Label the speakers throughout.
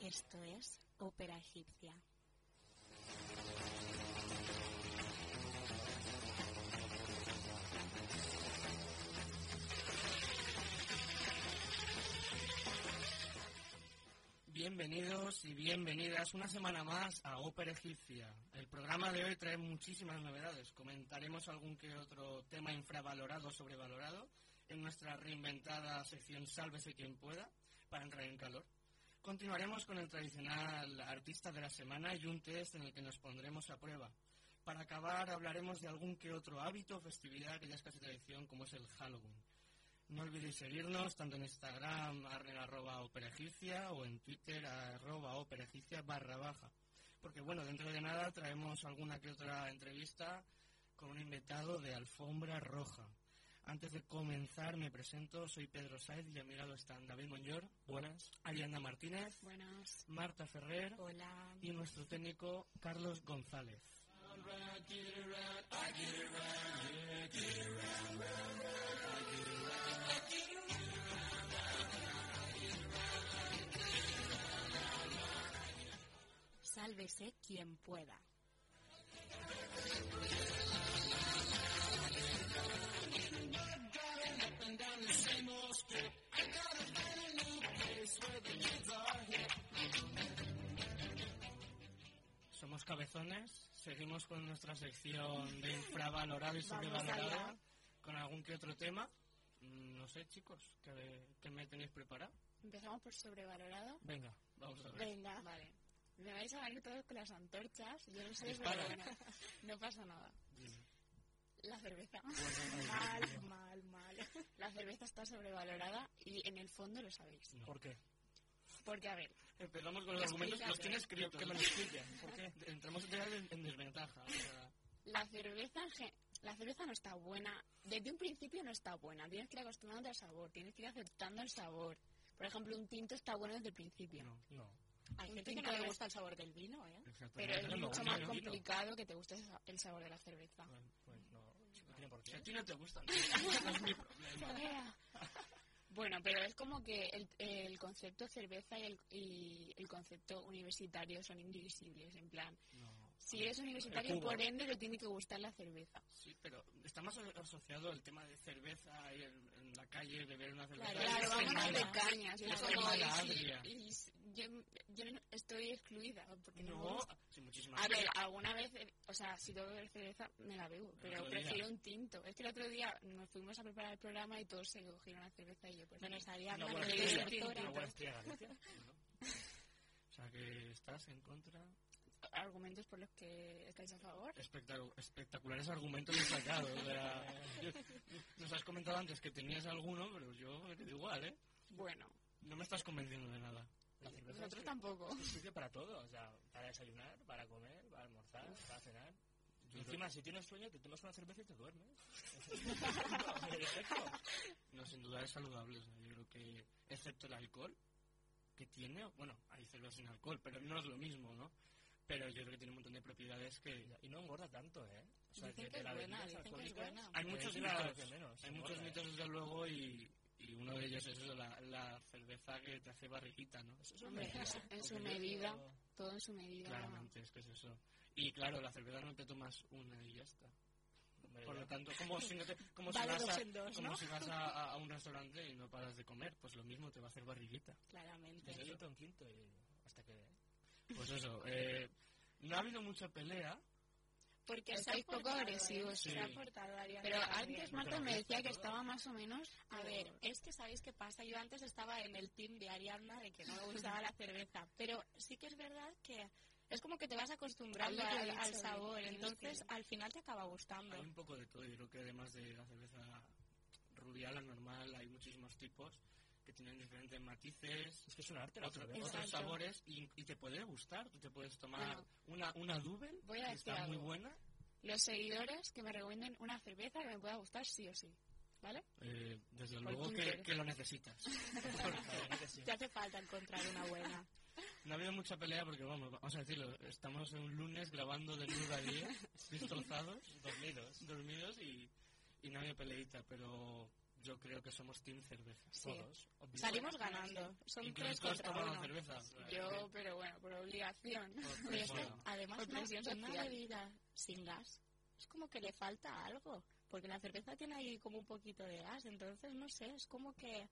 Speaker 1: Esto es Ópera Egipcia.
Speaker 2: Bienvenidos y bienvenidas una semana más a Ópera Egipcia. El programa de hoy trae muchísimas novedades. Comentaremos algún que otro tema infravalorado o sobrevalorado en nuestra reinventada sección Sálvese quien pueda para entrar en calor. Continuaremos con el tradicional artista de la semana y un test en el que nos pondremos a prueba. Para acabar hablaremos de algún que otro hábito o festividad que ya es casi tradición como es el Halloween. No olvidéis seguirnos tanto en Instagram arre- arroba operaegicia o en Twitter arroba operaegicia barra baja. Porque bueno, dentro de nada traemos alguna que otra entrevista con un invitado de Alfombra Roja. Antes de comenzar me presento, soy Pedro Saiz y a mi lado están David Monyor, buenas, Ariana Martínez,
Speaker 1: Buenas.
Speaker 2: Marta Ferrer
Speaker 1: Hola.
Speaker 2: y nuestro técnico Carlos González.
Speaker 1: Sálvese quien pueda.
Speaker 2: Somos cabezones, seguimos con nuestra sección de infravalorado y
Speaker 1: Vamos
Speaker 2: sobrevalorado
Speaker 1: allá.
Speaker 2: con algún que otro tema. Mm, No sé, chicos, ¿qué, qué me tenéis preparado?
Speaker 3: Empezamos por sobrevalorado.
Speaker 2: Venga, vamos a ver.
Speaker 3: Venga. Vale. Me vais a venir todos con las antorchas. Yo no soy
Speaker 2: Dispara.
Speaker 3: pero bueno, No pasa nada.
Speaker 2: Dime.
Speaker 3: La cerveza.
Speaker 2: Bueno,
Speaker 3: Mal, mal, mal. La cerveza está sobrevalorada y en el fondo lo sabéis.
Speaker 2: no. ¿Por qué?
Speaker 3: Porque, a ver,
Speaker 2: Empezamos con los argumentos, los
Speaker 3: Explícate.
Speaker 2: tiene escritos. Que me lo ¿Por qué? Entramos ya en, en desventaja. o sea,
Speaker 3: la cerveza, en gen- la cerveza no está buena. Desde un principio no está buena. Tienes que ir acostumbrándote al sabor. Tienes que ir aceptando el sabor. Por ejemplo, un tinto está bueno desde el principio.
Speaker 2: no, no.
Speaker 1: Hay
Speaker 3: Un
Speaker 1: gente que
Speaker 3: tinto
Speaker 1: no le
Speaker 3: de-
Speaker 1: gusta el sabor del vino, ¿eh?
Speaker 2: Exacto,
Speaker 3: Pero
Speaker 2: pues no,
Speaker 3: es
Speaker 2: no,
Speaker 3: mucho
Speaker 2: no,
Speaker 3: más
Speaker 2: no, no.
Speaker 3: complicado que te guste el sa- el sabor de la cerveza.
Speaker 2: Bueno, pues no, no tiene por qué. Si a ti no te gusta, no es mi problema.
Speaker 3: Bueno, pero es como que el, el concepto cerveza y el, y el concepto universitario son indivisibles. En plan,
Speaker 2: No.
Speaker 3: si eres universitario,
Speaker 2: cubo.
Speaker 3: por ende, te tiene que gustar la cerveza.
Speaker 2: Sí, pero está más aso- asociado el tema de cerveza y el- en la calle beber una cerveza.
Speaker 1: Claro,
Speaker 2: Es
Speaker 1: vamos
Speaker 2: mala.
Speaker 1: a
Speaker 3: de
Speaker 1: mala.
Speaker 3: cañas. y
Speaker 2: Es
Speaker 3: es como,
Speaker 2: mala,
Speaker 3: y si-
Speaker 2: Adria.
Speaker 3: y si- yo, yo no- estoy excluida. Porque no. me
Speaker 2: No,
Speaker 3: gusta.
Speaker 2: sí, muchísimas
Speaker 3: A ver, alguna vez, eh, o sea, si tengo que beber cerveza, me la bebo, pero
Speaker 2: otro día.
Speaker 3: prefiero un tinto. Es que el otro día nos fuimos a preparar el programa y todos se cogieron la cerveza y yo, pues.
Speaker 1: Bueno,
Speaker 3: no.
Speaker 1: estaría
Speaker 2: No,
Speaker 1: hablando
Speaker 2: bueno,
Speaker 1: de
Speaker 2: sí,
Speaker 1: la
Speaker 2: sí,
Speaker 1: doctora.
Speaker 2: Agua Estrella Galicia, ¿no? O sea que estás en contra.
Speaker 3: argumentos por los que estáis a favor.
Speaker 2: Espectacu- espectaculares argumentos que has sacado. o sea, yo- nos has comentado antes que tenías alguno, pero yo me quedo igual, ¿eh?
Speaker 3: Bueno,
Speaker 2: No me estás convenciendo de nada.
Speaker 4: La cerveza
Speaker 3: nosotros
Speaker 4: es
Speaker 3: tampoco.
Speaker 4: un sitio para todo, o sea, para desayunar, para comer, para almorzar, para cenar.
Speaker 2: Yo
Speaker 4: Y encima, si tienes sueño, te tomas una cerveza y te duermes. Perfecto.
Speaker 2: No, sin duda es saludable. o sea, yo creo que, excepto el alcohol, que tiene, bueno, hay cerveza sin alcohol, pero no es lo mismo, ¿no? Pero yo creo que tiene un montón de propiedades que...
Speaker 4: Y no engorda tanto, ¿eh? O sea,
Speaker 3: Dicen que
Speaker 4: de- de
Speaker 3: es
Speaker 4: las
Speaker 3: buena,
Speaker 4: bebidas
Speaker 3: dicen que es
Speaker 4: alcohólicas,
Speaker 3: buena.
Speaker 2: Hay
Speaker 4: de
Speaker 2: muchos
Speaker 4: eso creo
Speaker 2: mitos,
Speaker 4: que menos,
Speaker 2: hay
Speaker 4: engorda,
Speaker 2: muchos
Speaker 4: ¿eh?
Speaker 2: mitos desde luego y, y uno de ellos es eso, la, la cerveza que te hace barriguita, ¿no?
Speaker 4: Eso es un
Speaker 3: Hombre,
Speaker 4: mito.
Speaker 3: en su
Speaker 4: Porque yo-
Speaker 3: medida, todo en su medida.
Speaker 2: Claramente, es que es eso. Y claro, la cerveza no te tomas una y ya está.
Speaker 4: Hombre,
Speaker 2: Por
Speaker 4: ya.
Speaker 2: lo tanto, como si, no te- como si
Speaker 1: Va de
Speaker 2: vas,
Speaker 1: dos
Speaker 2: a,
Speaker 1: en dos,
Speaker 2: como
Speaker 1: ¿no?
Speaker 2: si vas a- a- a un restaurante y no paras de comer, pues lo mismo te va a hacer barriguita.
Speaker 1: Claramente.
Speaker 4: Desde quinto en quinto y hasta que... ¿eh?
Speaker 2: Pues eso, eh, no ha habido mucha pelea.
Speaker 3: Porque ¿eh?
Speaker 1: Estáis
Speaker 3: estáis
Speaker 1: poco
Speaker 3: poco
Speaker 1: agresivos.
Speaker 3: agresivos.
Speaker 2: Sí.
Speaker 1: Se ha portado Ariana
Speaker 3: Pero
Speaker 1: también.
Speaker 3: antes Marta me decía que estaba más o menos.
Speaker 1: A ver, es que sabéis qué pasa. Yo antes estaba en el team de Ariana de que no me gustaba la cerveza, pero sí que es verdad que es como que te vas acostumbrando
Speaker 3: Algo que
Speaker 1: al,
Speaker 3: he dicho,
Speaker 1: al sabor,
Speaker 3: tienes
Speaker 1: entonces al final te acaba gustando.
Speaker 2: Hay un poco de todo, yo creo que además de la cerveza rubia, la normal, hay muchísimos tipos que tienen diferentes matices,
Speaker 4: Es que es un arte la
Speaker 2: otro-
Speaker 4: cerveza.
Speaker 2: otros
Speaker 1: Exacto.
Speaker 2: sabores y, y te puede gustar. Tú te puedes tomar
Speaker 3: Bueno.
Speaker 2: una, una Double,
Speaker 3: Voy a
Speaker 2: que
Speaker 3: decir
Speaker 2: está muy
Speaker 3: algo.
Speaker 2: buena.
Speaker 3: Los seguidores que me recomienden una cerveza que me pueda gustar sí o sí. ¿Vale?
Speaker 2: eh, desde luego que,
Speaker 3: Tinder.
Speaker 2: que lo necesitas.
Speaker 4: Obviamente sí.
Speaker 1: Te hace falta encontrar una buena.
Speaker 2: No ha habido mucha pelea porque, vamos, vamos a decirlo, estamos un lunes grabando de 9 a 10, destrozados,
Speaker 4: Dormidos.
Speaker 2: dormidos y, y no ha habido peleita, pero yo creo que somos team cerveza.
Speaker 1: Sí.
Speaker 4: Todos. obvio.
Speaker 1: Salimos ganando. Son
Speaker 2: Incluso
Speaker 1: tres
Speaker 2: tú has
Speaker 1: contra
Speaker 2: tomado
Speaker 1: uno.
Speaker 2: cerveza.
Speaker 3: Yo, pero bueno, por obligación.
Speaker 1: Pero es que,
Speaker 2: Bueno.
Speaker 1: además,
Speaker 3: Por
Speaker 1: una,
Speaker 3: presión
Speaker 1: una
Speaker 3: social.
Speaker 1: bebida sin gas es como que le falta algo. Porque la cerveza tiene ahí como un poquito de gas. Entonces, no sé, es como que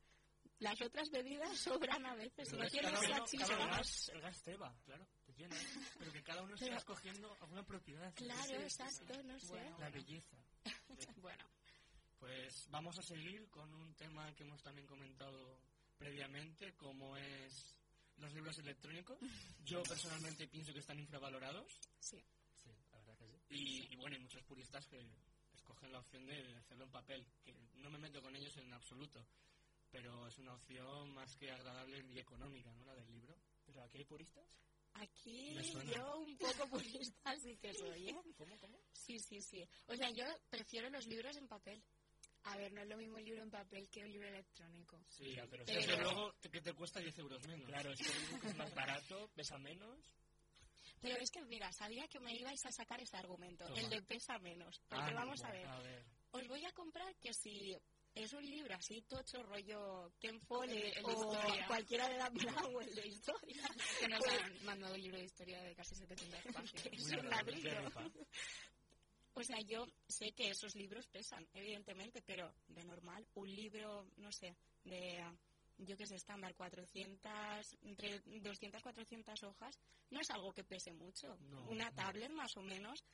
Speaker 1: las otras bebidas sobran a veces.
Speaker 2: Pero
Speaker 1: No
Speaker 2: es
Speaker 1: tienen
Speaker 2: cada
Speaker 1: esa
Speaker 2: uno-
Speaker 1: chispa.
Speaker 4: Claro, el gas, el gas te va, claro, te llena. Pero que cada uno está
Speaker 1: Pero-
Speaker 4: escogiendo alguna propiedad.
Speaker 1: Claro,
Speaker 4: Ese es
Speaker 1: exacto, no sé.
Speaker 3: Bueno.
Speaker 4: La belleza.
Speaker 3: Bueno,
Speaker 2: Pues vamos a seguir con un tema que hemos también comentado previamente, como es los libros electrónicos. Yo personalmente pienso que están infravalorados
Speaker 3: sí.
Speaker 4: Sí, la verdad que sí.
Speaker 2: y, y bueno, hay muchos puristas que escogen la opción de hacerlo en papel, que no me meto con ellos en absoluto, pero es una opción más que agradable y económica, ¿no? La del libro.
Speaker 4: Pero aquí hay puristas.
Speaker 1: Aquí
Speaker 2: Me suena.
Speaker 1: yo un poco purista sí que soy, ¿eh?
Speaker 4: ¿Cómo, cómo?
Speaker 1: Sí, sí, sí.
Speaker 3: O sea, yo prefiero los libros en papel. A ver, no es lo mismo un libro en papel que un libro electrónico.
Speaker 2: Sí,
Speaker 4: Ya, pero
Speaker 2: desde
Speaker 3: pero-
Speaker 2: luego te- que te cuesta 10 euros menos.
Speaker 4: Claro, es que el ebook es más barato, pesa menos.
Speaker 1: Pero es que, mira, sabía que me ibais a sacar ese argumento,
Speaker 2: Toma.
Speaker 1: el de pesa menos. Porque
Speaker 2: Ah,
Speaker 1: vamos
Speaker 2: no,
Speaker 1: a ver,
Speaker 4: A ver,
Speaker 1: os voy a comprar que si es un libro así tocho rollo Ken Follett
Speaker 3: El de
Speaker 1: o
Speaker 3: historia.
Speaker 1: cualquiera de Dan Brown o el de historia,
Speaker 2: Pues
Speaker 3: Que nos han mandado un libro de historia de casi 700
Speaker 1: que
Speaker 3: páginas.
Speaker 1: es
Speaker 4: muy
Speaker 1: un
Speaker 4: agradable,
Speaker 1: ladrillo.
Speaker 4: qué rifa.
Speaker 1: O sea, yo sé que esos libros pesan, evidentemente, pero de normal, un libro, no sé, de, yo que sé, estándar, 400, entre 200, 400 hojas, no es algo que pese mucho.
Speaker 2: No,
Speaker 1: Una
Speaker 2: no.
Speaker 1: tablet, más o menos,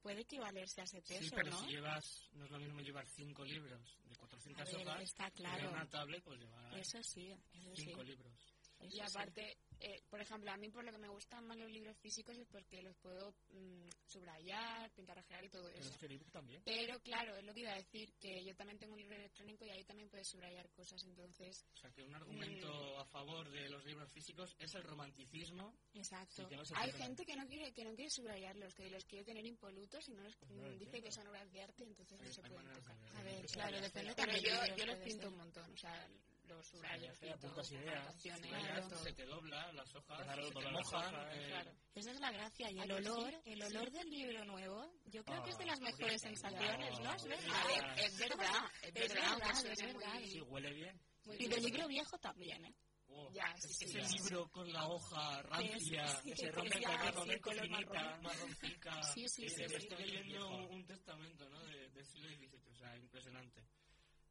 Speaker 1: puede equivalerse a ese peso,
Speaker 2: Sí, pero
Speaker 1: ¿no?
Speaker 2: si llevas, no es lo mismo llevar 5 libros de
Speaker 1: A
Speaker 2: 400
Speaker 1: ver,
Speaker 2: hojas
Speaker 1: está
Speaker 2: Claro.
Speaker 1: claro.
Speaker 2: una tablet, pues llevar
Speaker 1: Eso sí, eso sí.
Speaker 2: cinco libros.
Speaker 1: eso
Speaker 3: Y
Speaker 1: sí.
Speaker 3: aparte, eh, por ejemplo, a mí por lo que me gustan más los libros físicos es porque los puedo mm, subrayar, pintar, ojear y todo
Speaker 4: Pero
Speaker 3: eso.
Speaker 4: es que el ebook también.
Speaker 3: Pero claro, es lo que iba a decir, que yo también tengo un libro electrónico y ahí también puedes subrayar cosas, entonces...
Speaker 2: O sea, que un
Speaker 1: Mm.
Speaker 2: argumento a favor de los libros físicos es el romanticismo.
Speaker 1: Exacto.
Speaker 4: Sí, que no se
Speaker 3: Hay
Speaker 4: pierda.
Speaker 3: gente que no quiere que no quiere subrayarlos, que los quiere tener impolutos y no los,
Speaker 4: no lo
Speaker 3: mm, dice
Speaker 4: entiendo.
Speaker 3: que son obras de arte, entonces
Speaker 2: Hay-
Speaker 3: no se
Speaker 2: hay
Speaker 3: pueden
Speaker 2: maneras de
Speaker 3: tocar.
Speaker 2: ver.
Speaker 1: A ver,
Speaker 4: Pero
Speaker 1: claro,
Speaker 4: ya
Speaker 1: depende
Speaker 3: Pero
Speaker 1: también
Speaker 3: yo,
Speaker 1: de los
Speaker 3: yo los
Speaker 1: puedes
Speaker 3: pinto un
Speaker 1: tener.
Speaker 3: montón, o sea, los
Speaker 4: ya
Speaker 3: subrayos,
Speaker 4: sea,
Speaker 3: pinto
Speaker 4: apuntas ideas,
Speaker 3: anotaciones,
Speaker 2: Rayas,
Speaker 3: todo.
Speaker 2: se te dobla las hojas,
Speaker 4: Claro,
Speaker 2: se te
Speaker 4: doblar las
Speaker 2: mojan.
Speaker 4: hojas,
Speaker 2: eh,
Speaker 3: Claro.
Speaker 1: Esa es la gracia. Y el
Speaker 3: ¿A que sí?
Speaker 1: olor, Ah, el
Speaker 3: Sí.
Speaker 1: olor del libro nuevo, yo creo que es de
Speaker 4: Ah,
Speaker 1: las mejores
Speaker 4: purista,
Speaker 1: sensaciones,
Speaker 4: ya.
Speaker 1: ¿no? Es verdad.
Speaker 3: A ver, es verdad, es
Speaker 1: Es
Speaker 3: verdad,
Speaker 1: verdad,
Speaker 3: aunque
Speaker 1: es
Speaker 3: suene
Speaker 1: verdad.
Speaker 3: muy-
Speaker 4: Sí, huele bien.
Speaker 3: muy
Speaker 1: Y de
Speaker 3: bien.
Speaker 1: libro viejo también, ¿eh?
Speaker 2: wow.
Speaker 3: Ya, sí, sí,
Speaker 2: Ese
Speaker 3: ya.
Speaker 2: Pues libro con la hoja rancia,
Speaker 1: sí,
Speaker 2: que
Speaker 1: sí,
Speaker 2: se rompe
Speaker 1: ya,
Speaker 2: en cualquier
Speaker 1: sí,
Speaker 2: momento,
Speaker 1: color
Speaker 2: finita,
Speaker 1: marrón.
Speaker 2: marroncica.
Speaker 1: Sí, sí,
Speaker 2: y
Speaker 1: sí,
Speaker 2: de-
Speaker 1: sí.
Speaker 2: Eh, Estoy leyendo
Speaker 4: Viejo.
Speaker 2: un, un testamento ¿no? de, del siglo XVII, o sea, impresionante.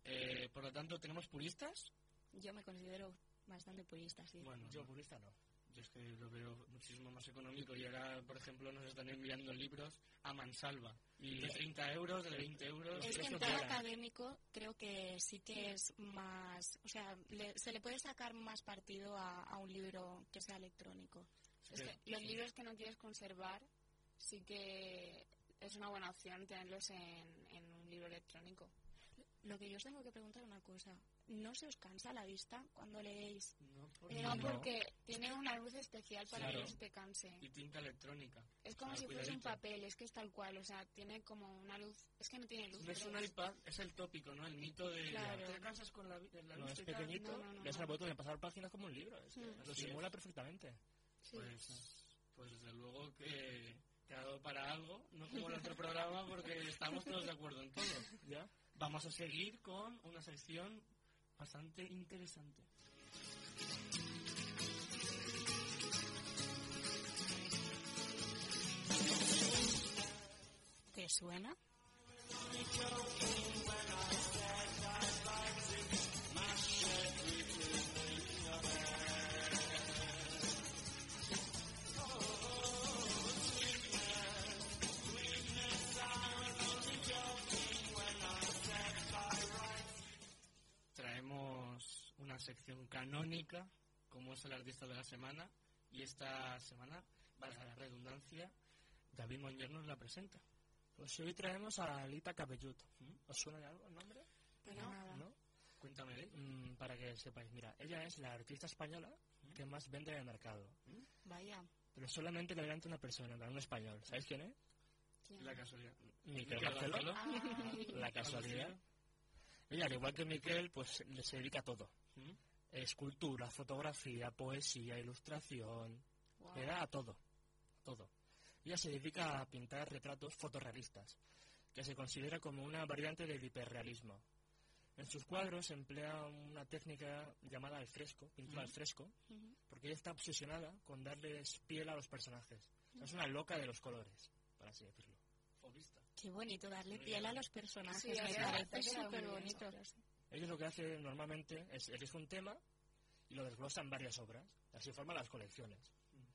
Speaker 2: Eh, por lo tanto, ¿tenemos puristas?
Speaker 1: Yo me considero bastante purista, sí.
Speaker 2: Bueno,
Speaker 4: Yo purista no.
Speaker 2: Yo es que lo veo muchísimo más económico y ahora, por ejemplo, nos están enviando libros a mansalva.
Speaker 4: Y
Speaker 2: De 30 euros, de 20 euros.
Speaker 1: Es que en
Speaker 2: precios
Speaker 1: tema
Speaker 2: de ahora.
Speaker 1: académico creo que sí que es más, o sea, le- se le puede sacar más partido a, a un libro que sea electrónico.
Speaker 3: Es que los libros que no quieres conservar, sí que es una buena opción tenerlos en, en un libro electrónico.
Speaker 1: Lo que yo os tengo que preguntar una cosa, ¿no se os cansa la vista cuando leéis?
Speaker 2: No, por-
Speaker 3: No,
Speaker 2: no.
Speaker 3: porque tienen una luz especial para
Speaker 2: Claro.
Speaker 3: que no se te canse.
Speaker 2: Y tinta electrónica.
Speaker 3: Es como
Speaker 2: Ah,
Speaker 3: si fuese un
Speaker 2: cuidadito.
Speaker 3: papel, es que es tal cual, o sea, tiene como una luz, es que no tiene luz.
Speaker 2: No es
Speaker 3: pero
Speaker 2: un iPad, es el tópico, ¿no? El mito de...
Speaker 3: Claro.
Speaker 2: Te cansas con la, vi- la
Speaker 4: No
Speaker 2: vista
Speaker 4: es
Speaker 2: y tal.
Speaker 4: pequeñito,
Speaker 3: no, no, no,
Speaker 4: le das
Speaker 3: no.
Speaker 4: al botón de pasar páginas como un libro. es que
Speaker 3: Mm.
Speaker 4: Lo
Speaker 2: Así
Speaker 4: simula
Speaker 2: es.
Speaker 4: perfectamente.
Speaker 3: sí.
Speaker 2: Pues, pues desde luego que te ha dado para algo, no como el otro programa, porque estamos todos de acuerdo en todo.
Speaker 4: ¿Ya?
Speaker 2: Vamos a seguir con una sección bastante interesante.
Speaker 1: ¿Te suena?
Speaker 2: traemos una sección canónica, como es el artista de la semana, y esta semana, valga la redundancia, David Moñer nos la presenta.
Speaker 4: Pues hoy traemos a Alita Cabellut.
Speaker 2: ¿Mm?
Speaker 4: ¿Os suena de algo el nombre?
Speaker 1: Para Pues nada.
Speaker 4: ¿No?
Speaker 2: Cuéntame de ella.
Speaker 4: Mm, para que sepáis, mira, ella es la artista española
Speaker 2: ¿Mm?
Speaker 4: que más vende en el mercado.
Speaker 1: Vaya.
Speaker 4: Pero solamente le delante una persona, en un español. ¿Sabéis quién es?
Speaker 3: ¿Quién?
Speaker 2: la casualidad.
Speaker 4: Miquel
Speaker 2: Miquel
Speaker 4: Barceló.
Speaker 2: Barceló.
Speaker 1: Ah,
Speaker 3: Ay,
Speaker 4: La casualidad. Ella, al igual que Miquel, pues le- se dedica a todo.
Speaker 2: ¿Mm?
Speaker 4: Escultura, fotografía, poesía, ilustración.
Speaker 3: guau.
Speaker 4: Le da a todo. a todo. Ella se dedica a pintar retratos fotorrealistas, que se considera como una variante del hiperrealismo. En sus cuadros emplea una técnica llamada al fresco, pintura al
Speaker 2: Ujú.
Speaker 4: fresco,
Speaker 1: Ujú.
Speaker 4: porque ella está obsesionada con darles piel a los personajes. O sea, es una loca de los colores, por así decirlo.
Speaker 2: Fobista.
Speaker 1: Qué bonito darle
Speaker 2: Muy
Speaker 1: piel a
Speaker 2: bien.
Speaker 1: los personajes.
Speaker 3: Sí,
Speaker 1: me
Speaker 3: ahora
Speaker 1: parece
Speaker 3: está
Speaker 1: súper
Speaker 3: muy bien
Speaker 1: bonito.
Speaker 3: esa
Speaker 4: Ellos lo que hacen normalmente es elige un tema y lo desglosan en varias obras, y así forman las colecciones.
Speaker 2: Mm.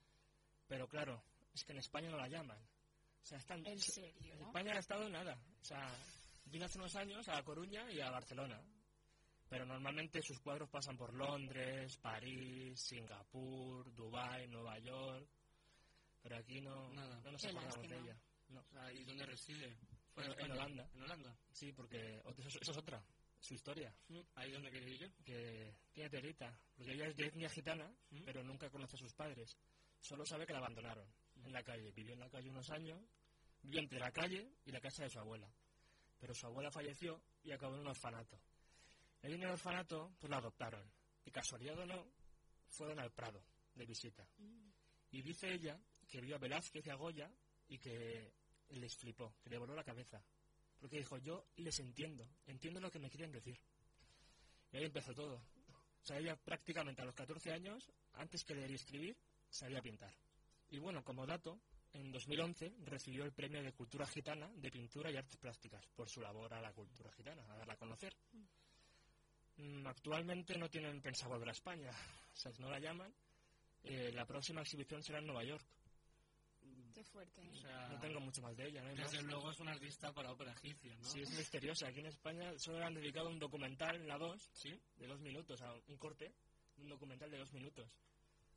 Speaker 4: Pero claro, es que en España no la llaman. O sea, están,
Speaker 3: ¿En
Speaker 4: se-
Speaker 3: serio?
Speaker 4: en España no ha estado nada. O sea, vino hace unos años a La Coruña y a Barcelona. Pero normalmente sus cuadros pasan por Londres, París, Singapur, Dubái, Nueva York. Pero aquí no,
Speaker 2: Nada.
Speaker 4: no nos
Speaker 1: Qué
Speaker 4: acordamos de
Speaker 1: lástima.
Speaker 4: ella. No.
Speaker 2: O sea, ¿y dónde reside?
Speaker 4: En- en
Speaker 2: España.
Speaker 4: Holanda.
Speaker 2: En Holanda.
Speaker 4: Sí, porque ot- eso, eso es otra, su historia.
Speaker 2: Ahí donde quería ir yo.
Speaker 4: que tiene telita, porque ella es de etnia gitana,
Speaker 2: ¿Mm?
Speaker 4: pero nunca conoce a sus padres. Solo sabe que la abandonaron en la calle. Vivió en la calle unos años, vivió entre la calle y la casa de su abuela. Pero su abuela falleció y acabó en un orfanato. Ahí en el orfanato, pues la adoptaron. Y casualidad o no, fueron al Prado de visita. Y dice ella que vio a Velázquez y a Goya y que les flipó, que le voló la cabeza. Porque dijo, yo les entiendo, entiendo lo que me quieren decir. Y ahí empezó todo. O sea, ella prácticamente a los 14 años, antes que leer y escribir, sabía pintar. Y bueno, como dato, en 2011 recibió el Premio de Cultura Gitana de Pintura y Artes Plásticas por su labor a la cultura gitana, a darla a conocer. Mm, Actualmente no tienen pensado volver a España, o sea, no la llaman. Eh, la próxima exhibición será en Nueva York.
Speaker 3: Qué fuerte.
Speaker 2: O sea,
Speaker 4: No tengo mucho más de ella, ¿no? hay más.
Speaker 2: Ah. desde luego es una artista para ópera egipcia, ¿no?
Speaker 4: Sí, es misteriosa. Aquí en España solo le han dedicado un documental en la 2, ¿sí? de dos minutos, a un corte, un documental de dos minutos.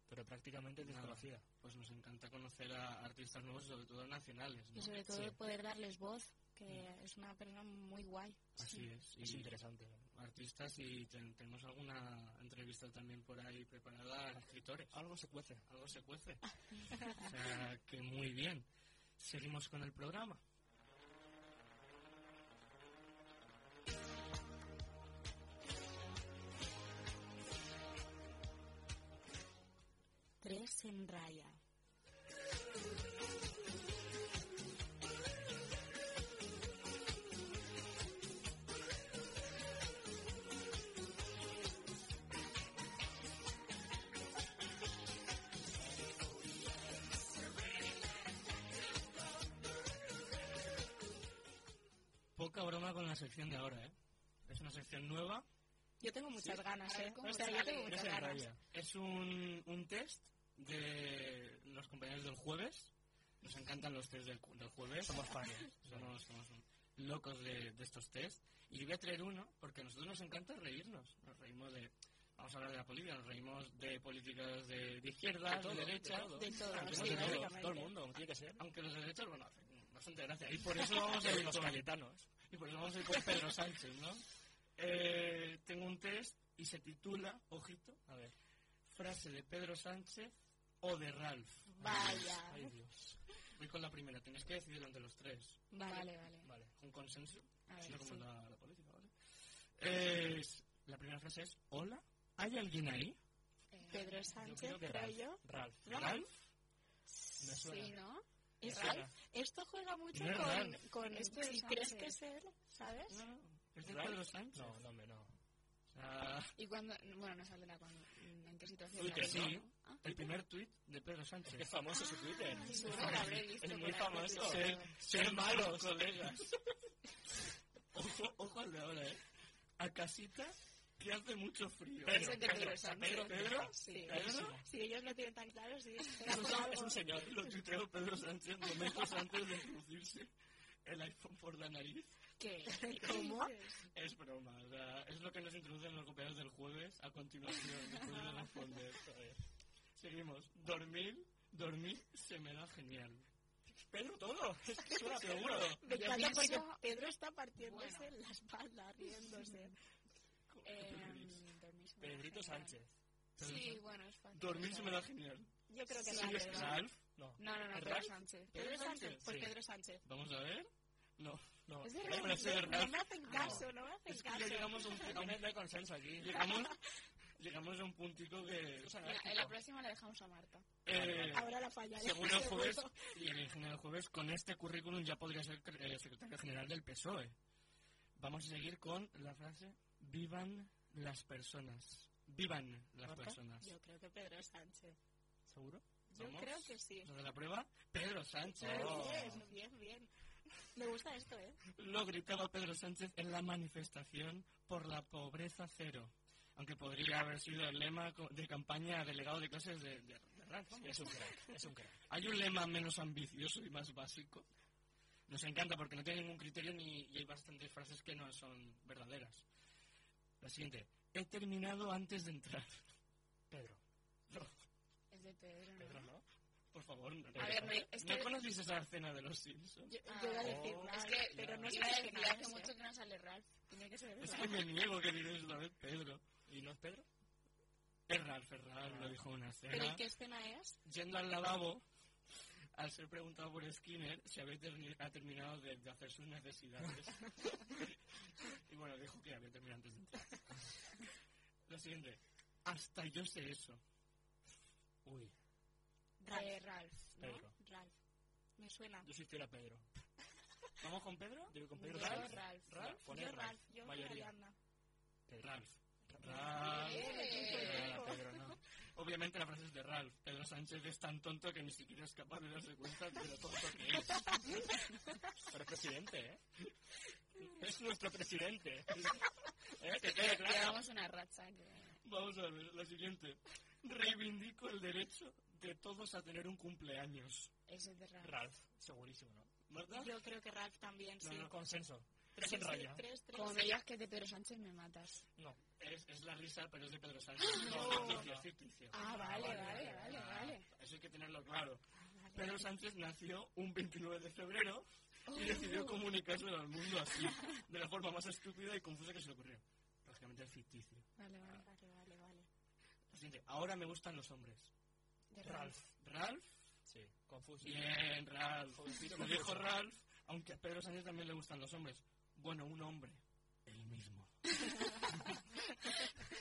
Speaker 4: Pero prácticamente es
Speaker 2: Nada.
Speaker 4: desconocida.
Speaker 2: Pues nos encanta conocer a artistas nuevos, sobre todo nacionales, ¿no?
Speaker 1: Y sobre todo
Speaker 4: Sí.
Speaker 1: el poder darles voz, que
Speaker 3: Mm.
Speaker 1: es una persona muy guay.
Speaker 2: Así es.
Speaker 4: Es
Speaker 2: Y
Speaker 4: interesante.
Speaker 2: artistas y ten- tenemos alguna entrevista también por ahí preparada a escritores.
Speaker 4: Algo se cuece.
Speaker 2: Algo se cuece.
Speaker 1: Ah.
Speaker 2: o sea, que muy bien. Seguimos con el programa.
Speaker 1: Tres en raya.
Speaker 2: Poca broma con la sección de ahora, ¿eh? Es una sección nueva.
Speaker 1: Yo tengo muchas ganas,
Speaker 3: A ver
Speaker 1: ¿eh?
Speaker 3: cómo
Speaker 1: O sea, yo
Speaker 3: sale.
Speaker 1: tengo
Speaker 4: Tres
Speaker 1: muchas
Speaker 4: en
Speaker 1: ganas.
Speaker 4: raya.
Speaker 2: Es un, un test de los compañeros del jueves. Nos encantan los test del, cu- del jueves.
Speaker 4: Somos fans.
Speaker 2: Somos, somos locos de, de estos test. Y voy a traer uno, porque a nosotros nos encanta reírnos. Nos reímos de. Vamos a hablar de la política, nos reímos de políticas de, de izquierda, de,
Speaker 4: De todo,
Speaker 2: derecha,
Speaker 4: de todo.
Speaker 1: De todo,
Speaker 2: Ah,
Speaker 4: Somos
Speaker 1: sí,
Speaker 4: de todos,
Speaker 1: básicamente.
Speaker 4: todo el mundo, como tiene que ser.
Speaker 2: Aunque los de derecha, bueno, hacen bastante gracia. Y por eso vamos a ir
Speaker 4: Los
Speaker 2: con-
Speaker 4: cayetanos.
Speaker 2: y por eso vamos a ir con Pedro Sánchez, ¿no? Eh, tengo un test y se titula, ojito,
Speaker 4: A ver.
Speaker 2: frase de Pedro Sánchez o de Ralph.
Speaker 1: Vaya.
Speaker 4: Ay, Dios.
Speaker 2: Voy con la primera, tenéis que decidir entre los tres.
Speaker 1: Vale.
Speaker 3: Vale, vale.
Speaker 2: Vale, con consenso.
Speaker 3: A ver,
Speaker 2: Si no, como
Speaker 3: sí.
Speaker 2: la, la política, ¿vale? Es- la primera frase es, hola, ¿hay alguien ahí?
Speaker 3: Eh,
Speaker 1: Pedro
Speaker 4: Yo
Speaker 1: Sánchez,
Speaker 4: creo que
Speaker 1: creo
Speaker 4: Ralph.
Speaker 1: yo.
Speaker 4: Ralph.
Speaker 1: Ralph.
Speaker 4: Me suena.
Speaker 3: Sí, ¿no?
Speaker 1: Es
Speaker 4: Ralph.
Speaker 1: Ralph. Esto juega mucho
Speaker 2: No es
Speaker 1: con,
Speaker 2: Ralph.
Speaker 1: con este,
Speaker 3: Es Pedro
Speaker 1: si crees
Speaker 3: Sánchez.
Speaker 1: que es él, ¿sabes?
Speaker 2: No, no, es de
Speaker 4: ¿Ralph?
Speaker 2: Pedro Sánchez. Ah.
Speaker 4: No, no, hombre, no.
Speaker 2: O sea,
Speaker 3: Y cuando. Bueno, no saldrá cuando, en qué situación.
Speaker 2: Uy, que
Speaker 3: la tengo,
Speaker 2: sí.
Speaker 3: ¿no? Ah.
Speaker 2: el primer tuit de Pedro
Speaker 4: Es
Speaker 2: Sánchez.
Speaker 4: famoso ¿eh? su Twitter.
Speaker 3: Ah, seguro que lo habré visto
Speaker 4: Es
Speaker 3: por
Speaker 4: muy
Speaker 3: ahí,
Speaker 4: famoso.
Speaker 3: por
Speaker 2: Ser,
Speaker 3: todo.
Speaker 2: ser malos, colegas. ojo, ojo al de ahora, ¿eh? A casita que hace mucho frío.
Speaker 4: Pedro,
Speaker 3: Ese es de
Speaker 4: Pedro,
Speaker 3: Pedro Sánchez.
Speaker 4: Pedro, Pedro.
Speaker 3: Sí.
Speaker 2: Pedro,
Speaker 1: Si ellos lo tienen tan claro, sí.
Speaker 4: Es un- es un señor.
Speaker 2: Lo tuiteó Pedro Sánchez momentos antes de introducirse el iPhone por la nariz.
Speaker 3: ¿Qué?
Speaker 1: ¿Cómo?
Speaker 2: Es broma, o sea, es lo que nos introducen los compañeros del jueves a continuación, después de responder. joder. Seguimos. Dormir, dormir se me da genial.
Speaker 4: Pedro todo. Es que suena a Pedro.
Speaker 1: Me
Speaker 3: Yo
Speaker 1: encanta
Speaker 3: pienso-
Speaker 1: porque Pedro está partiéndose la espalda, riéndose.
Speaker 3: Eh, dormir se me da
Speaker 4: Pedrito
Speaker 3: genial.
Speaker 4: Sánchez.
Speaker 3: Sí, bueno, es fácil.
Speaker 2: Dormir se me da genial.
Speaker 1: Yo creo que
Speaker 3: Sí,
Speaker 1: Ralph,
Speaker 2: ¿Sigues
Speaker 3: es
Speaker 1: ¿no?
Speaker 2: con Alf?
Speaker 4: No.
Speaker 3: No, no, no,
Speaker 4: ¿Es
Speaker 3: Pedro
Speaker 4: Ralph?
Speaker 3: Sánchez.
Speaker 1: Pedro Sánchez, pues
Speaker 4: Sí.
Speaker 1: Pedro Sánchez.
Speaker 2: Vamos a ver. No.
Speaker 4: No.
Speaker 3: Es
Speaker 4: Eh,
Speaker 3: de
Speaker 4: pero
Speaker 2: Ralph.
Speaker 4: es de
Speaker 1: No
Speaker 4: Ralph.
Speaker 1: me hacen caso, no me hacen
Speaker 2: Es que ya
Speaker 1: caso.
Speaker 2: llegamos a un, a
Speaker 4: No
Speaker 2: un-
Speaker 4: me- no hay consenso aquí.
Speaker 2: llegamos, llegamos a un puntico que...
Speaker 4: Esto
Speaker 3: Mira,
Speaker 4: es
Speaker 3: en la
Speaker 4: anárquico.
Speaker 3: próxima la dejamos a Marta.
Speaker 2: Eh,
Speaker 1: Ahora la fallaré.
Speaker 2: Según el jueves y el ingeniero jueves, con este E. currículum ya podría ser cre- eh, secretario general del PSOE. Vamos a seguir con la frase Vivan las personas. Vivan las
Speaker 4: ¿Marca?
Speaker 2: personas.
Speaker 1: Yo creo que Pedro Sánchez.
Speaker 4: ¿Seguro?
Speaker 1: Yo
Speaker 2: Vamos.
Speaker 1: creo que sí.
Speaker 2: Lo de la prueba, Pedro Sánchez.
Speaker 4: Oh.
Speaker 1: Bien, bien, bien. Me gusta esto, ¿eh?
Speaker 2: Lo gritaba Pedro Sánchez en la manifestación por la pobreza cero. Aunque podría haber sido el lema co- de campaña delegado de clases de, de- de Ranz, vamos.
Speaker 4: Es un crack, es un crack.
Speaker 2: Hay un lema menos ambicioso y más básico. Nos encanta porque no tiene ningún criterio ni, y hay bastantes frases que no son verdaderas. La siguiente. He terminado antes de entrar.
Speaker 4: Pedro.
Speaker 3: Es de Pedro, ¿no?
Speaker 4: Pedro, ¿no?
Speaker 2: Por favor, no.
Speaker 4: A ver,
Speaker 3: me- es
Speaker 2: ¿No
Speaker 3: que-
Speaker 2: conocéis esa escena de los Simpsons?
Speaker 1: Yo,
Speaker 3: Ah,
Speaker 1: yo iba a
Speaker 4: oh,
Speaker 1: decir
Speaker 3: Es
Speaker 1: mal,
Speaker 3: que,
Speaker 1: pero no sé
Speaker 3: iba a
Speaker 1: qué
Speaker 3: decir, hace mucho que no sale Ralph. Tenía que ser
Speaker 2: Es
Speaker 3: Ralph.
Speaker 2: que me niego que diréis otra vez Pedro.
Speaker 4: ¿Y no es Pedro?
Speaker 2: Ferral, Ferral, lo dijo en una
Speaker 1: ¿Pero ¿y
Speaker 2: escena.
Speaker 1: qué escena es?
Speaker 2: Yendo al lavabo, al ser preguntado por Skinner si había termi- ha terminado de, de hacer sus necesidades. y bueno, dijo que había terminado antes de entrar. Lo siguiente. Hasta yo sé eso.
Speaker 4: Uy,
Speaker 3: De
Speaker 1: Ralph,
Speaker 3: Ralph.
Speaker 1: ¿no?
Speaker 4: Pedro.
Speaker 1: Ralph. Me suena.
Speaker 4: yo soy fiel a Pedro.
Speaker 2: ¿Vamos con Pedro?
Speaker 4: Yo con
Speaker 3: Yo
Speaker 4: Pedro
Speaker 3: Ralph.
Speaker 4: Ralph.
Speaker 3: Ralph.
Speaker 4: Poner
Speaker 1: yo
Speaker 4: Ralph.
Speaker 1: Ralph, yo
Speaker 4: Mayoría.
Speaker 1: Yolanda.
Speaker 4: Pedro.
Speaker 2: Ralph.
Speaker 4: Ralph.
Speaker 3: Eh.
Speaker 4: Nada, Pedro, no.
Speaker 2: Obviamente la frase es de Ralph. Pedro Sánchez es tan tonto que ni siquiera es capaz de darse cuenta de lo tonto que es.
Speaker 4: Pero es presidente, ¿eh? Es nuestro presidente. ¿Eh? Que quede claro.
Speaker 3: Llevamos una racha que...
Speaker 2: Vamos a ver, la siguiente. Reivindico el derecho de todos a tener un cumpleaños.
Speaker 3: Ese es de Ralph.
Speaker 4: Ralph, segurísimo, ¿no?
Speaker 2: ¿Verdad?
Speaker 1: Yo creo que Ralph también, sí.
Speaker 4: No, no, consenso.
Speaker 1: Sí,
Speaker 4: Tres en
Speaker 1: sí,
Speaker 4: raya.
Speaker 1: tres, tres.
Speaker 3: Como me digas que es de Pedro Sánchez, me matas.
Speaker 4: No.
Speaker 2: Es, es la risa, pero es de Pedro Sánchez.
Speaker 4: No.
Speaker 2: No, ficticio, es ficticio.
Speaker 3: Ah, vale, vale, vale,
Speaker 2: Ah,
Speaker 3: vale.
Speaker 2: Eso hay que tenerlo claro.
Speaker 1: Ah, Vale.
Speaker 2: Pedro Sánchez nació un 29 de febrero y
Speaker 1: Uh,
Speaker 2: decidió comunicárselo al mundo así, de la forma más estúpida y confusa que se le ocurrió. Lógicamente es ficticio.
Speaker 3: Vale, vale.
Speaker 1: Vale, vale, vale.
Speaker 2: Lo siguiente, ahora me gustan los hombres.
Speaker 3: De Ralph.
Speaker 4: Ralph.
Speaker 2: Ralph,
Speaker 4: Sí, confuso.
Speaker 2: bien, Ralph.
Speaker 4: Jovencito
Speaker 2: Lo dijo
Speaker 4: confuso.
Speaker 2: Ralph, aunque a Pedro Sánchez también le gustan los hombres. Bueno, un hombre, el mismo.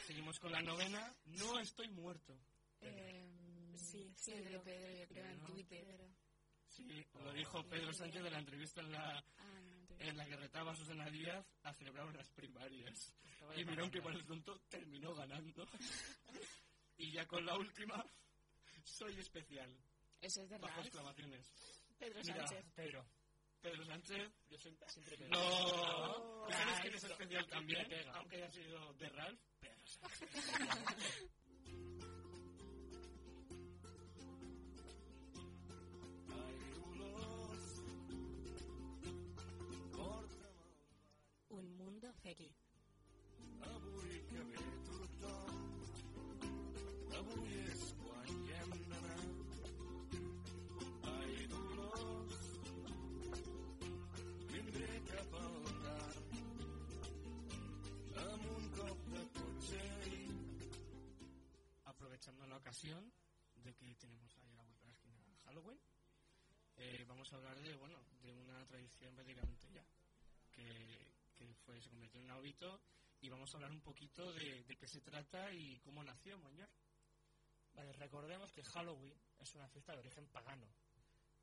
Speaker 2: Seguimos con la novena. No estoy muerto.
Speaker 3: Eh,
Speaker 1: Sí,
Speaker 3: sí, es de
Speaker 1: Pedro.
Speaker 3: Pedro, yo creo, en
Speaker 2: Pedro.
Speaker 3: Twitter.
Speaker 2: Sí, lo dijo Pedro Sánchez de la entrevista en la,
Speaker 3: Ah, no, te-
Speaker 2: en la que retaba a Susana Díaz a celebrar unas primarias.
Speaker 4: Estaba de
Speaker 2: Y miró que
Speaker 4: parranda.
Speaker 2: para el tonto terminó ganando. Y ya con la última, soy especial.
Speaker 3: Ese es de
Speaker 2: Bajo
Speaker 3: Ralph.
Speaker 2: exclamaciones.
Speaker 1: Pedro
Speaker 2: Mira.
Speaker 1: Sánchez.
Speaker 4: Pedro.
Speaker 2: Pedro Sánchez,
Speaker 4: Yo soy siempre Pedro.
Speaker 2: No,
Speaker 1: No.
Speaker 2: ¿sabes
Speaker 4: Ah,
Speaker 2: quién es
Speaker 4: eso.
Speaker 2: especial también?
Speaker 4: Me pega.
Speaker 2: Aunque haya sido de Ralph, pero
Speaker 1: Un mundo feliz.
Speaker 2: Aprovechando la ocasión de que tenemos ahí a la vuelta de la esquina Halloween, eh, vamos a hablar de bueno de una tradición prácticamente ya que, que fue, se convirtió en un hábito y vamos a hablar un poquito de, de qué se trata y cómo nació Moñar.
Speaker 4: Vale, recordemos que Halloween es una fiesta de origen pagano,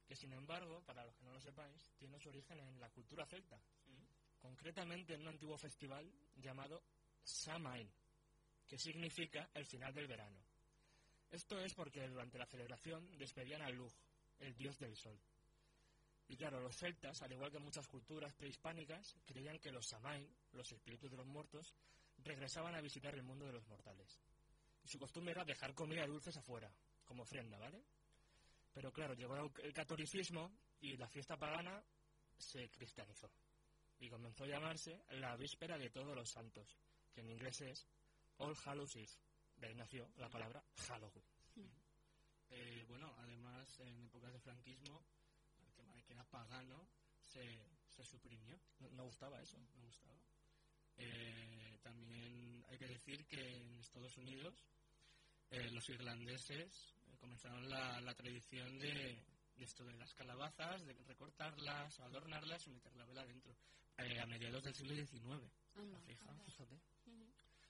Speaker 4: que sin embargo, para los que no lo sepáis, tiene su origen en la cultura celta, concretamente en un antiguo festival llamado Samhain, que significa el final del verano. Esto es porque durante la celebración despedían a Lug, el dios del sol. Y claro, los celtas, al igual que muchas culturas prehispánicas, creían que los Samhain, los espíritus de los muertos, regresaban a visitar el mundo de los mortales. Y su costumbre era dejar comida y dulces afuera, como ofrenda, ¿vale? Pero claro, llegó el- el catolicismo y la fiesta pagana se cristianizó. Y comenzó a llamarse la Víspera de Todos los Santos, que en inglés es All Hallows Eve. De ahí nació la palabra Halloween.
Speaker 2: Eh, bueno, además en épocas de franquismo, el tema de que era pagano se, se suprimió,
Speaker 4: No, no gustaba eso.
Speaker 2: no gustaba. Eh, también hay que decir que en Estados Unidos eh, los irlandeses eh, comenzaron la, la tradición de, de esto de las calabazas, de recortarlas, adornarlas y meter la vela dentro, eh, a mediados del siglo XIX.
Speaker 3: Anda.
Speaker 2: Fijaos, fíjate.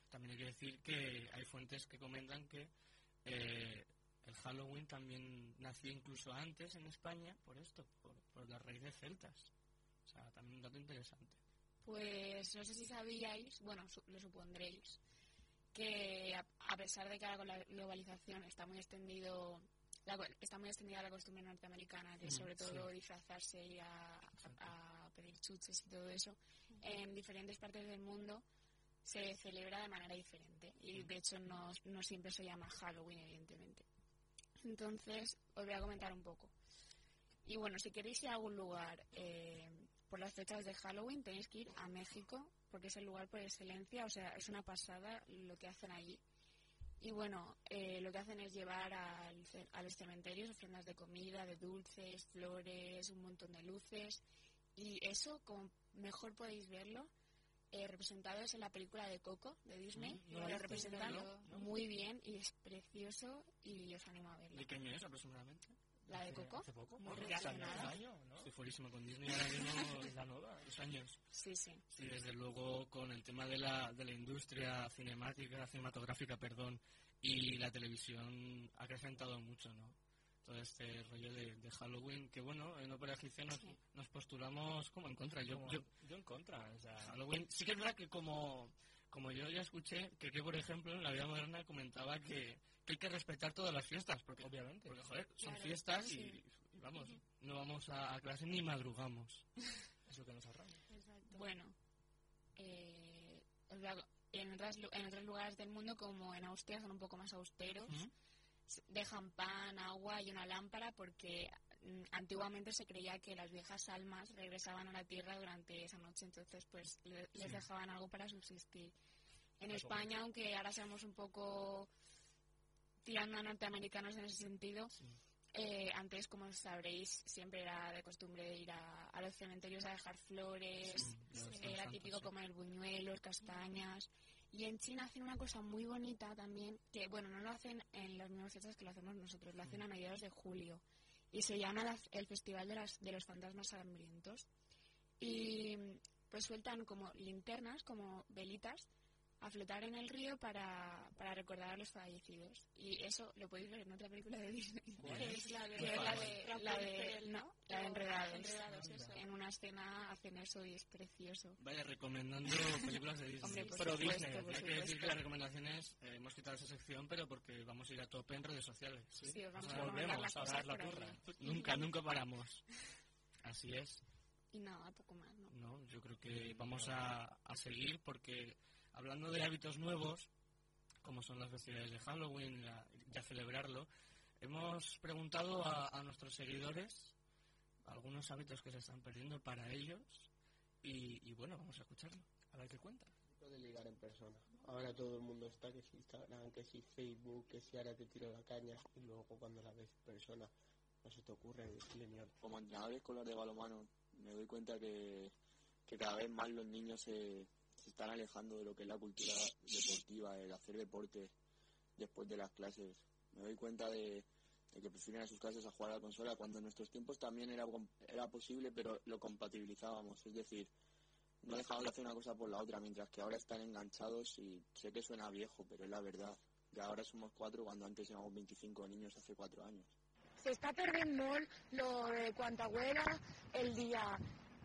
Speaker 2: También hay que decir que hay fuentes que comentan que eh, el Halloween también nació incluso antes en España por esto, por, por las raíces celtas. O sea, también un dato interesante.
Speaker 3: Pues no sé si sabíais, bueno, su- lo supondréis, que a, a pesar de que ahora con la globalización está muy extendido la co- está muy extendida la costumbre norteamericana de
Speaker 5: Mm,
Speaker 3: sobre
Speaker 5: sí.
Speaker 3: todo disfrazarse y a, a- a pedir chuches y todo eso, en diferentes partes del mundo se celebra de manera diferente y
Speaker 5: Mm.
Speaker 3: de hecho no, no siempre se llama Halloween evidentemente. Entonces os voy a comentar un poco. Y bueno, si queréis ir a algún lugar eh, por las fechas de Halloween, tenéis que ir a México, porque es el lugar por excelencia, o sea, es una pasada lo que hacen allí. Y bueno, eh, lo que hacen es llevar al ce- a los cementerios ofrendas de comida, de dulces, flores, un montón de luces. Y eso, como mejor podéis verlo, eh, representado es en la película de Coco de Disney.
Speaker 2: Mm, no la he
Speaker 3: lo
Speaker 2: visto,
Speaker 3: representan
Speaker 2: ¿no? No.
Speaker 3: muy bien y es precioso y os animo a verlo.
Speaker 2: ¿De qué año es aproximadamente?
Speaker 3: La de
Speaker 5: Hace-
Speaker 3: Coco.
Speaker 5: Hace poco.
Speaker 3: Muy
Speaker 5: ¿no?
Speaker 2: recién
Speaker 5: Hace años,
Speaker 3: nada.
Speaker 5: años, ¿no?
Speaker 2: Estoy fuerísimo con Disney ahora mismo,
Speaker 5: Es la nueva.
Speaker 2: dos años.
Speaker 3: Sí, sí.
Speaker 2: Sí, desde luego con el tema de la, de la industria cinemática, cinematográfica, perdón, y la televisión ha acrecentado mucho, ¿no? Todo este rollo de, de Halloween, que bueno, en Opera Egipcia nos,
Speaker 3: Sí.
Speaker 2: nos postulamos como en contra. Yo,
Speaker 5: Como-
Speaker 2: yo-
Speaker 5: yo en contra. O sea,
Speaker 2: Halloween, sí que es verdad que como, como yo ya escuché, que, que, por ejemplo en la vida moderna comentaba que, que hay que respetar todas las fiestas, porque,
Speaker 5: obviamente.
Speaker 2: porque, joder, son
Speaker 3: Claro,
Speaker 2: fiestas y,
Speaker 3: sí.
Speaker 2: y vamos, no vamos a, a clase ni madrugamos.
Speaker 5: Es lo que nos ahorramos.
Speaker 3: Bueno, eh, os voy a- en, otras lu- en otros lugares del mundo, como en Austria, son un poco más austeros.
Speaker 2: Ujú.
Speaker 3: S- Dejan pan, agua y una lámpara porque mm, antiguamente se creía que las viejas almas regresaban a la tierra durante esa noche, entonces pues le- les
Speaker 2: Sí.
Speaker 3: dejaban algo para subsistir. En
Speaker 5: Algo
Speaker 3: España, aunque ahora seamos un poco tirando a norteamericanos en ese sentido,
Speaker 2: Sí.
Speaker 3: eh, antes, como sabréis, siempre era de costumbre ir a, a los cementerios a dejar flores,
Speaker 2: Sí, los
Speaker 3: Pues, era
Speaker 2: santos,
Speaker 3: Eh, típico
Speaker 2: sí.
Speaker 3: comer buñuelos, castañas. Y en China hacen una cosa muy bonita también, que bueno, no lo hacen en las mismas fechas que lo hacemos nosotros, lo hacen a mediados de julio. Y se llama las- el Festival de, las, de los Fantasmas Hambrientos. Y pues sueltan como linternas, como velitas, a flotar en el río para, para recordar a los fallecidos. Y eso lo podéis ver en otra película de Disney.
Speaker 2: ¿Cuál
Speaker 3: que
Speaker 2: es?
Speaker 3: es la de,
Speaker 2: ¿Cuál?
Speaker 3: que es la de, la de-
Speaker 1: Rapunzel,
Speaker 3: no, la de Enredados.
Speaker 1: Enredados, eso.
Speaker 3: En una escena hacen eso y es precioso.
Speaker 2: Vaya recomendando películas de Disney.
Speaker 3: Hombre, por
Speaker 2: pero
Speaker 3: supuesto,
Speaker 2: Disney,
Speaker 3: por
Speaker 2: hay que decir
Speaker 3: supuesto.
Speaker 2: que las recomendaciones eh, hemos quitado esa sección, pero porque vamos a ir a tope en redes sociales.
Speaker 3: Sí, os vamos
Speaker 2: O
Speaker 3: a
Speaker 2: sea,
Speaker 3: recomendar las
Speaker 5: volvemos a
Speaker 3: cosas
Speaker 5: dar la
Speaker 3: por ahí.
Speaker 5: turra.
Speaker 2: Nunca, nunca paramos. Así es,
Speaker 3: Y nada, poco más, ¿no?
Speaker 2: ¿no? Yo creo que vamos a, a seguir porque hablando de hábitos nuevos, como son las festividades de Halloween la- y a celebrarlo, hemos preguntado a, a nuestros seguidores algunos hábitos que se están perdiendo para ellos y, y bueno, vamos a escucharlo.
Speaker 5: A ver qué cuenta.
Speaker 4: Lo de ligar en persona. Ahora todo el mundo está, que si Instagram, que si Facebook, que si ahora te tiro la caña y luego cuando la ves en persona no se te ocurre decirle ni hostia.
Speaker 6: como entrenador escolar de balonmano me doy cuenta que, que cada vez más los niños se, se están alejando de lo que es la cultura deportiva, el hacer deporte después de las clases. Me doy cuenta de, de que prefieren a sus clases a jugar a la consola cuando en nuestros tiempos también era, com- era posible pero lo compatibilizábamos, es decir, no dejaban de hacer una cosa por la otra, mientras que ahora están enganchados y sé que suena viejo, pero es la verdad. Ya ahora somos cuatro cuando antes éramos 25 niños hace cuatro años.
Speaker 7: se está perdiendo molt lo de quan t'agüera el dia.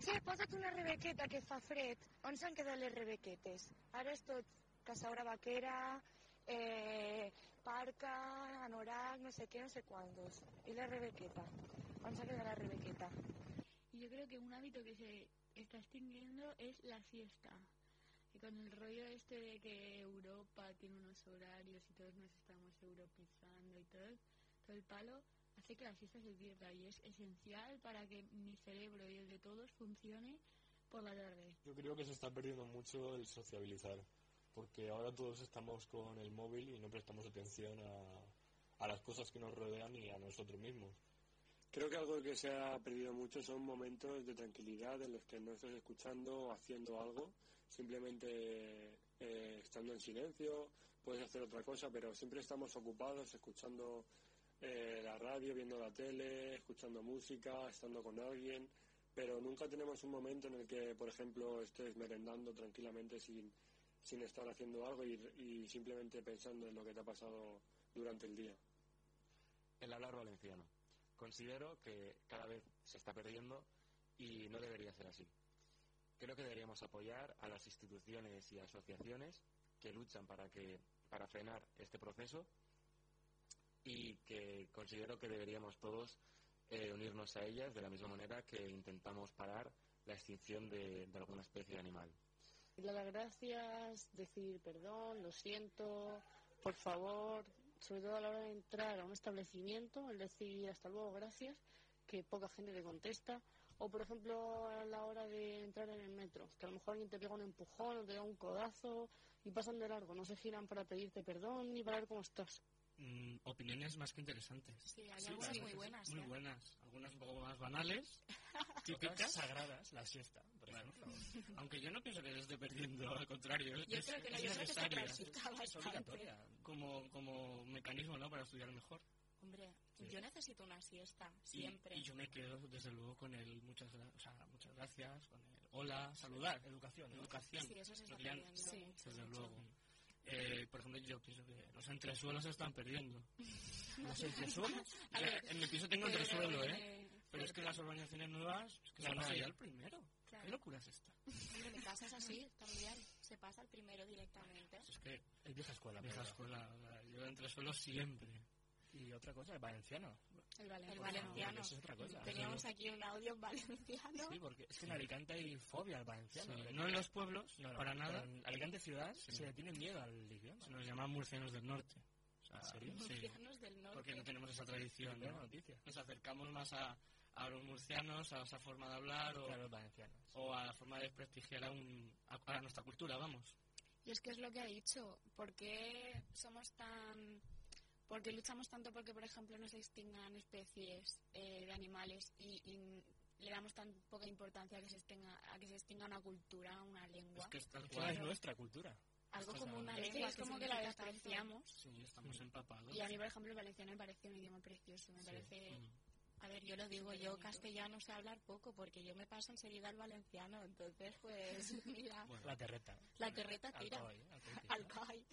Speaker 7: Sí, posa't una rebequeta que fa fred. On s'han quedat les rebequetes? Ara és tot casaura vaquera, eh, parca, anorac, no sé què, no sé quantos. I la rebequeta? On s'ha quedat la rebequeta?
Speaker 8: Y yo creo que un hábito que se está extinguiendo es la siesta. Y con el rollo este de que Europa tiene unos horarios y todos nos estamos europeizando y todo, todo el palo, hace que la siesta se pierda y es esencial para que mi cerebro y el de todos funcione por la tarde.
Speaker 9: Yo creo que se está perdiendo mucho el sociabilizar, porque ahora todos estamos con el móvil y no prestamos atención a, a las cosas que nos rodean y a nosotros mismos.
Speaker 10: Creo que algo que se ha perdido mucho son momentos de tranquilidad en los que no estás escuchando o haciendo algo, simplemente eh, estando en silencio, puedes hacer otra cosa, pero siempre estamos ocupados escuchando eh, la radio, viendo la tele, escuchando música, estando con alguien, pero nunca tenemos un momento en el que, por ejemplo, estés merendando tranquilamente sin, sin estar haciendo algo y, y simplemente pensando en lo que te ha pasado durante el día.
Speaker 9: El hablar valenciano. Considero que cada vez se está perdiendo y no debería ser así. creo que deberíamos apoyar a las instituciones y asociaciones que luchan para que para frenar este proceso y que considero que deberíamos todos eh, unirnos a ellas de la misma manera que intentamos parar la extinción de, de alguna especie animal.
Speaker 11: Y dar las gracias, decir perdón, lo siento, por favor, sobre todo a la hora de entrar a un establecimiento, el decir hasta luego, gracias, que poca gente te contesta, o por ejemplo a la hora de entrar en el metro, que a lo mejor alguien te pega un empujón o te da un codazo y pasan de largo, no se giran para pedirte perdón ni para ver cómo estás.
Speaker 2: Mm, opiniones más que interesantes.
Speaker 1: Sí, hay algunas
Speaker 2: claro,
Speaker 1: muy buenas,
Speaker 2: Muy
Speaker 1: ¿eh?
Speaker 2: buenas. Algunas un poco más banales,
Speaker 4: Otras
Speaker 2: típicas.
Speaker 4: sagradas, la siesta, por
Speaker 2: Claro.
Speaker 4: ejemplo.
Speaker 2: Aunque yo no pienso que se esté perdiendo, al contrario. es-
Speaker 1: Yo
Speaker 2: es-
Speaker 1: creo que no,
Speaker 2: es
Speaker 1: yo creo que se
Speaker 2: necesaria.
Speaker 1: practica
Speaker 4: Es
Speaker 1: bastante.
Speaker 4: obligatoria.
Speaker 2: como, como mecanismo ¿no? para estudiar mejor.
Speaker 1: Hombre,
Speaker 4: Sí.
Speaker 1: yo necesito una siesta,
Speaker 2: Y-
Speaker 1: siempre.
Speaker 2: Y, yo me quedo, desde luego, con el muchas, gra- o sea, muchas gracias, con el hola, saludar,
Speaker 4: Educación, ¿no?
Speaker 2: educación.
Speaker 1: Sí, eso se está
Speaker 2: Lo que ya-
Speaker 1: perdiendo
Speaker 11: sí,
Speaker 1: mucho,
Speaker 2: desde
Speaker 1: mucho.
Speaker 2: luego. Eh, por ejemplo, yo pienso que los entresuelos se están perdiendo.
Speaker 4: ¿Los entresuelos?
Speaker 1: A
Speaker 2: Yo
Speaker 1: ver,
Speaker 2: en mi piso tengo
Speaker 1: pero,
Speaker 2: entresuelo, ¿eh?
Speaker 1: eh,
Speaker 2: Pero es que las urbanizaciones nuevas, es que
Speaker 4: La
Speaker 2: se van a
Speaker 4: nave.
Speaker 2: ir al primero.
Speaker 1: Claro.
Speaker 2: ¿Qué locura es esta?
Speaker 1: Hombre, me pasas así también. Se pasa al primero directamente.
Speaker 2: Es que
Speaker 4: Es vieja escuela.
Speaker 2: vieja
Speaker 4: pero-
Speaker 2: escuela, o sea, yo entresuelo siempre.
Speaker 4: Y otra cosa, el valenciano.
Speaker 1: El valenciano.
Speaker 4: Porque Eso es otra cosa.
Speaker 1: Teníamos aquí un audio en valenciano.
Speaker 4: Sí, porque es que en Alicante hay fobia al valenciano.
Speaker 2: Sí,
Speaker 4: Pero-
Speaker 2: No en los pueblos,
Speaker 4: No, no,
Speaker 2: para
Speaker 4: pero
Speaker 2: nada.
Speaker 4: En Alicante ciudad
Speaker 2: Sí.
Speaker 4: se le tiene miedo al idioma.
Speaker 2: Se nos llaman murcianos del norte. O sea,
Speaker 4: ¿En serio?
Speaker 2: Sí,
Speaker 1: Murcianos del norte.
Speaker 2: porque no tenemos esa
Speaker 4: Es
Speaker 2: tradición,
Speaker 4: una
Speaker 2: ¿no?
Speaker 4: noticia.
Speaker 2: Nos acercamos más a, a los murcianos, a esa forma de hablar o,
Speaker 4: Claro, el valenciano.
Speaker 2: o a la forma de desprestigiar a, un, a, a nuestra cultura, vamos.
Speaker 3: Y es que es lo que ha dicho. ¿Por qué somos tan.? ¿Por qué luchamos tanto porque, por ejemplo, no se extingan especies eh, de animales y, y le damos tan poca importancia a que se extinga, a que se extinga una cultura, una lengua?
Speaker 2: Es que es tal
Speaker 4: ¿Cuál
Speaker 2: cual.
Speaker 4: es nuestra cultura?
Speaker 2: esto
Speaker 3: Algo
Speaker 2: es
Speaker 3: como una
Speaker 1: algo-
Speaker 3: lengua,
Speaker 1: Es
Speaker 3: es
Speaker 1: que
Speaker 3: como
Speaker 1: se
Speaker 3: que la
Speaker 1: significa tanto.
Speaker 3: despreciamos.
Speaker 2: Sí, estamos empapados.
Speaker 3: Y a mí, por ejemplo, el valenciano me parece un idioma precioso, me
Speaker 4: Sí.
Speaker 3: parece...
Speaker 2: Mm.
Speaker 1: A ver, yo lo digo, yo castellano sé hablar poco porque yo me paso enseguida al valenciano. Entonces, pues, mira,
Speaker 2: Bueno,
Speaker 4: La terreta.
Speaker 1: la terreta
Speaker 4: Al
Speaker 1: tira.
Speaker 4: coi, al
Speaker 1: Al
Speaker 4: coi, ¿no?
Speaker 1: CAI.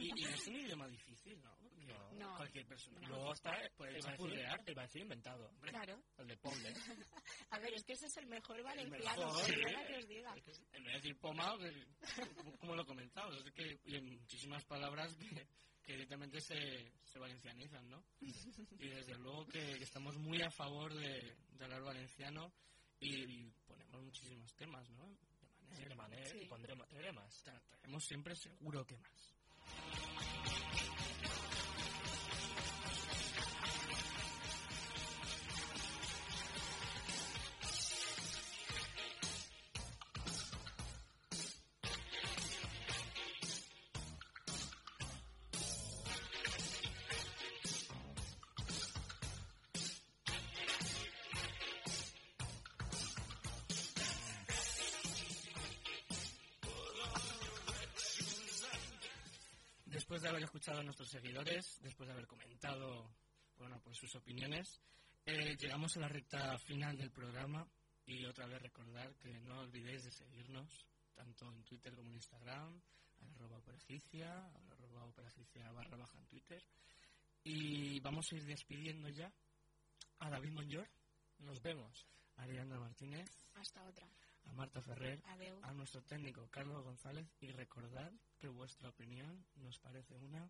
Speaker 2: y, y es un idioma difícil, ¿no? Porque
Speaker 4: No.
Speaker 3: No. pues,
Speaker 2: Cualquier persona.
Speaker 4: Luego está el
Speaker 2: Puedes
Speaker 4: valenciano,
Speaker 2: chapurrear.
Speaker 4: el valenciano inventado.
Speaker 1: Claro.
Speaker 4: El de ¿eh? Poble.
Speaker 1: A ver, es que ese es el mejor
Speaker 2: mejor,
Speaker 1: valenciano.
Speaker 2: sí.
Speaker 1: perdona que os diga.
Speaker 2: En vez de decir pomado, que- como- como lo he comentado, es que hay muchísimas palabras que, que directamente se, se valencianizan, ¿no? Y desde luego que, que estamos muy a favor de, de hablar valenciano y, y ponemos muchísimos temas, ¿no?
Speaker 4: Sí,
Speaker 2: De manera
Speaker 4: de manera,
Speaker 1: Sí.
Speaker 4: y pondremos teoremas.
Speaker 2: tra- traemos siempre seguro que más. después de haber escuchado a nuestros seguidores, después de haber comentado bueno, pues sus opiniones, eh, llegamos a la recta final del programa y otra vez recordar que no olvidéis de seguirnos tanto en Twitter como en Instagram, al arroba operagicia, al arroba operagicia barra baja en Twitter. Y vamos a ir despidiendo ya a David Monyor,
Speaker 4: Nos vemos.
Speaker 2: a Ariana Martínez,
Speaker 3: Hasta otra.
Speaker 2: a Marta Ferrer,
Speaker 1: Adeu.
Speaker 2: a nuestro técnico Carlos González y recordad que vuestra opinión nos parece una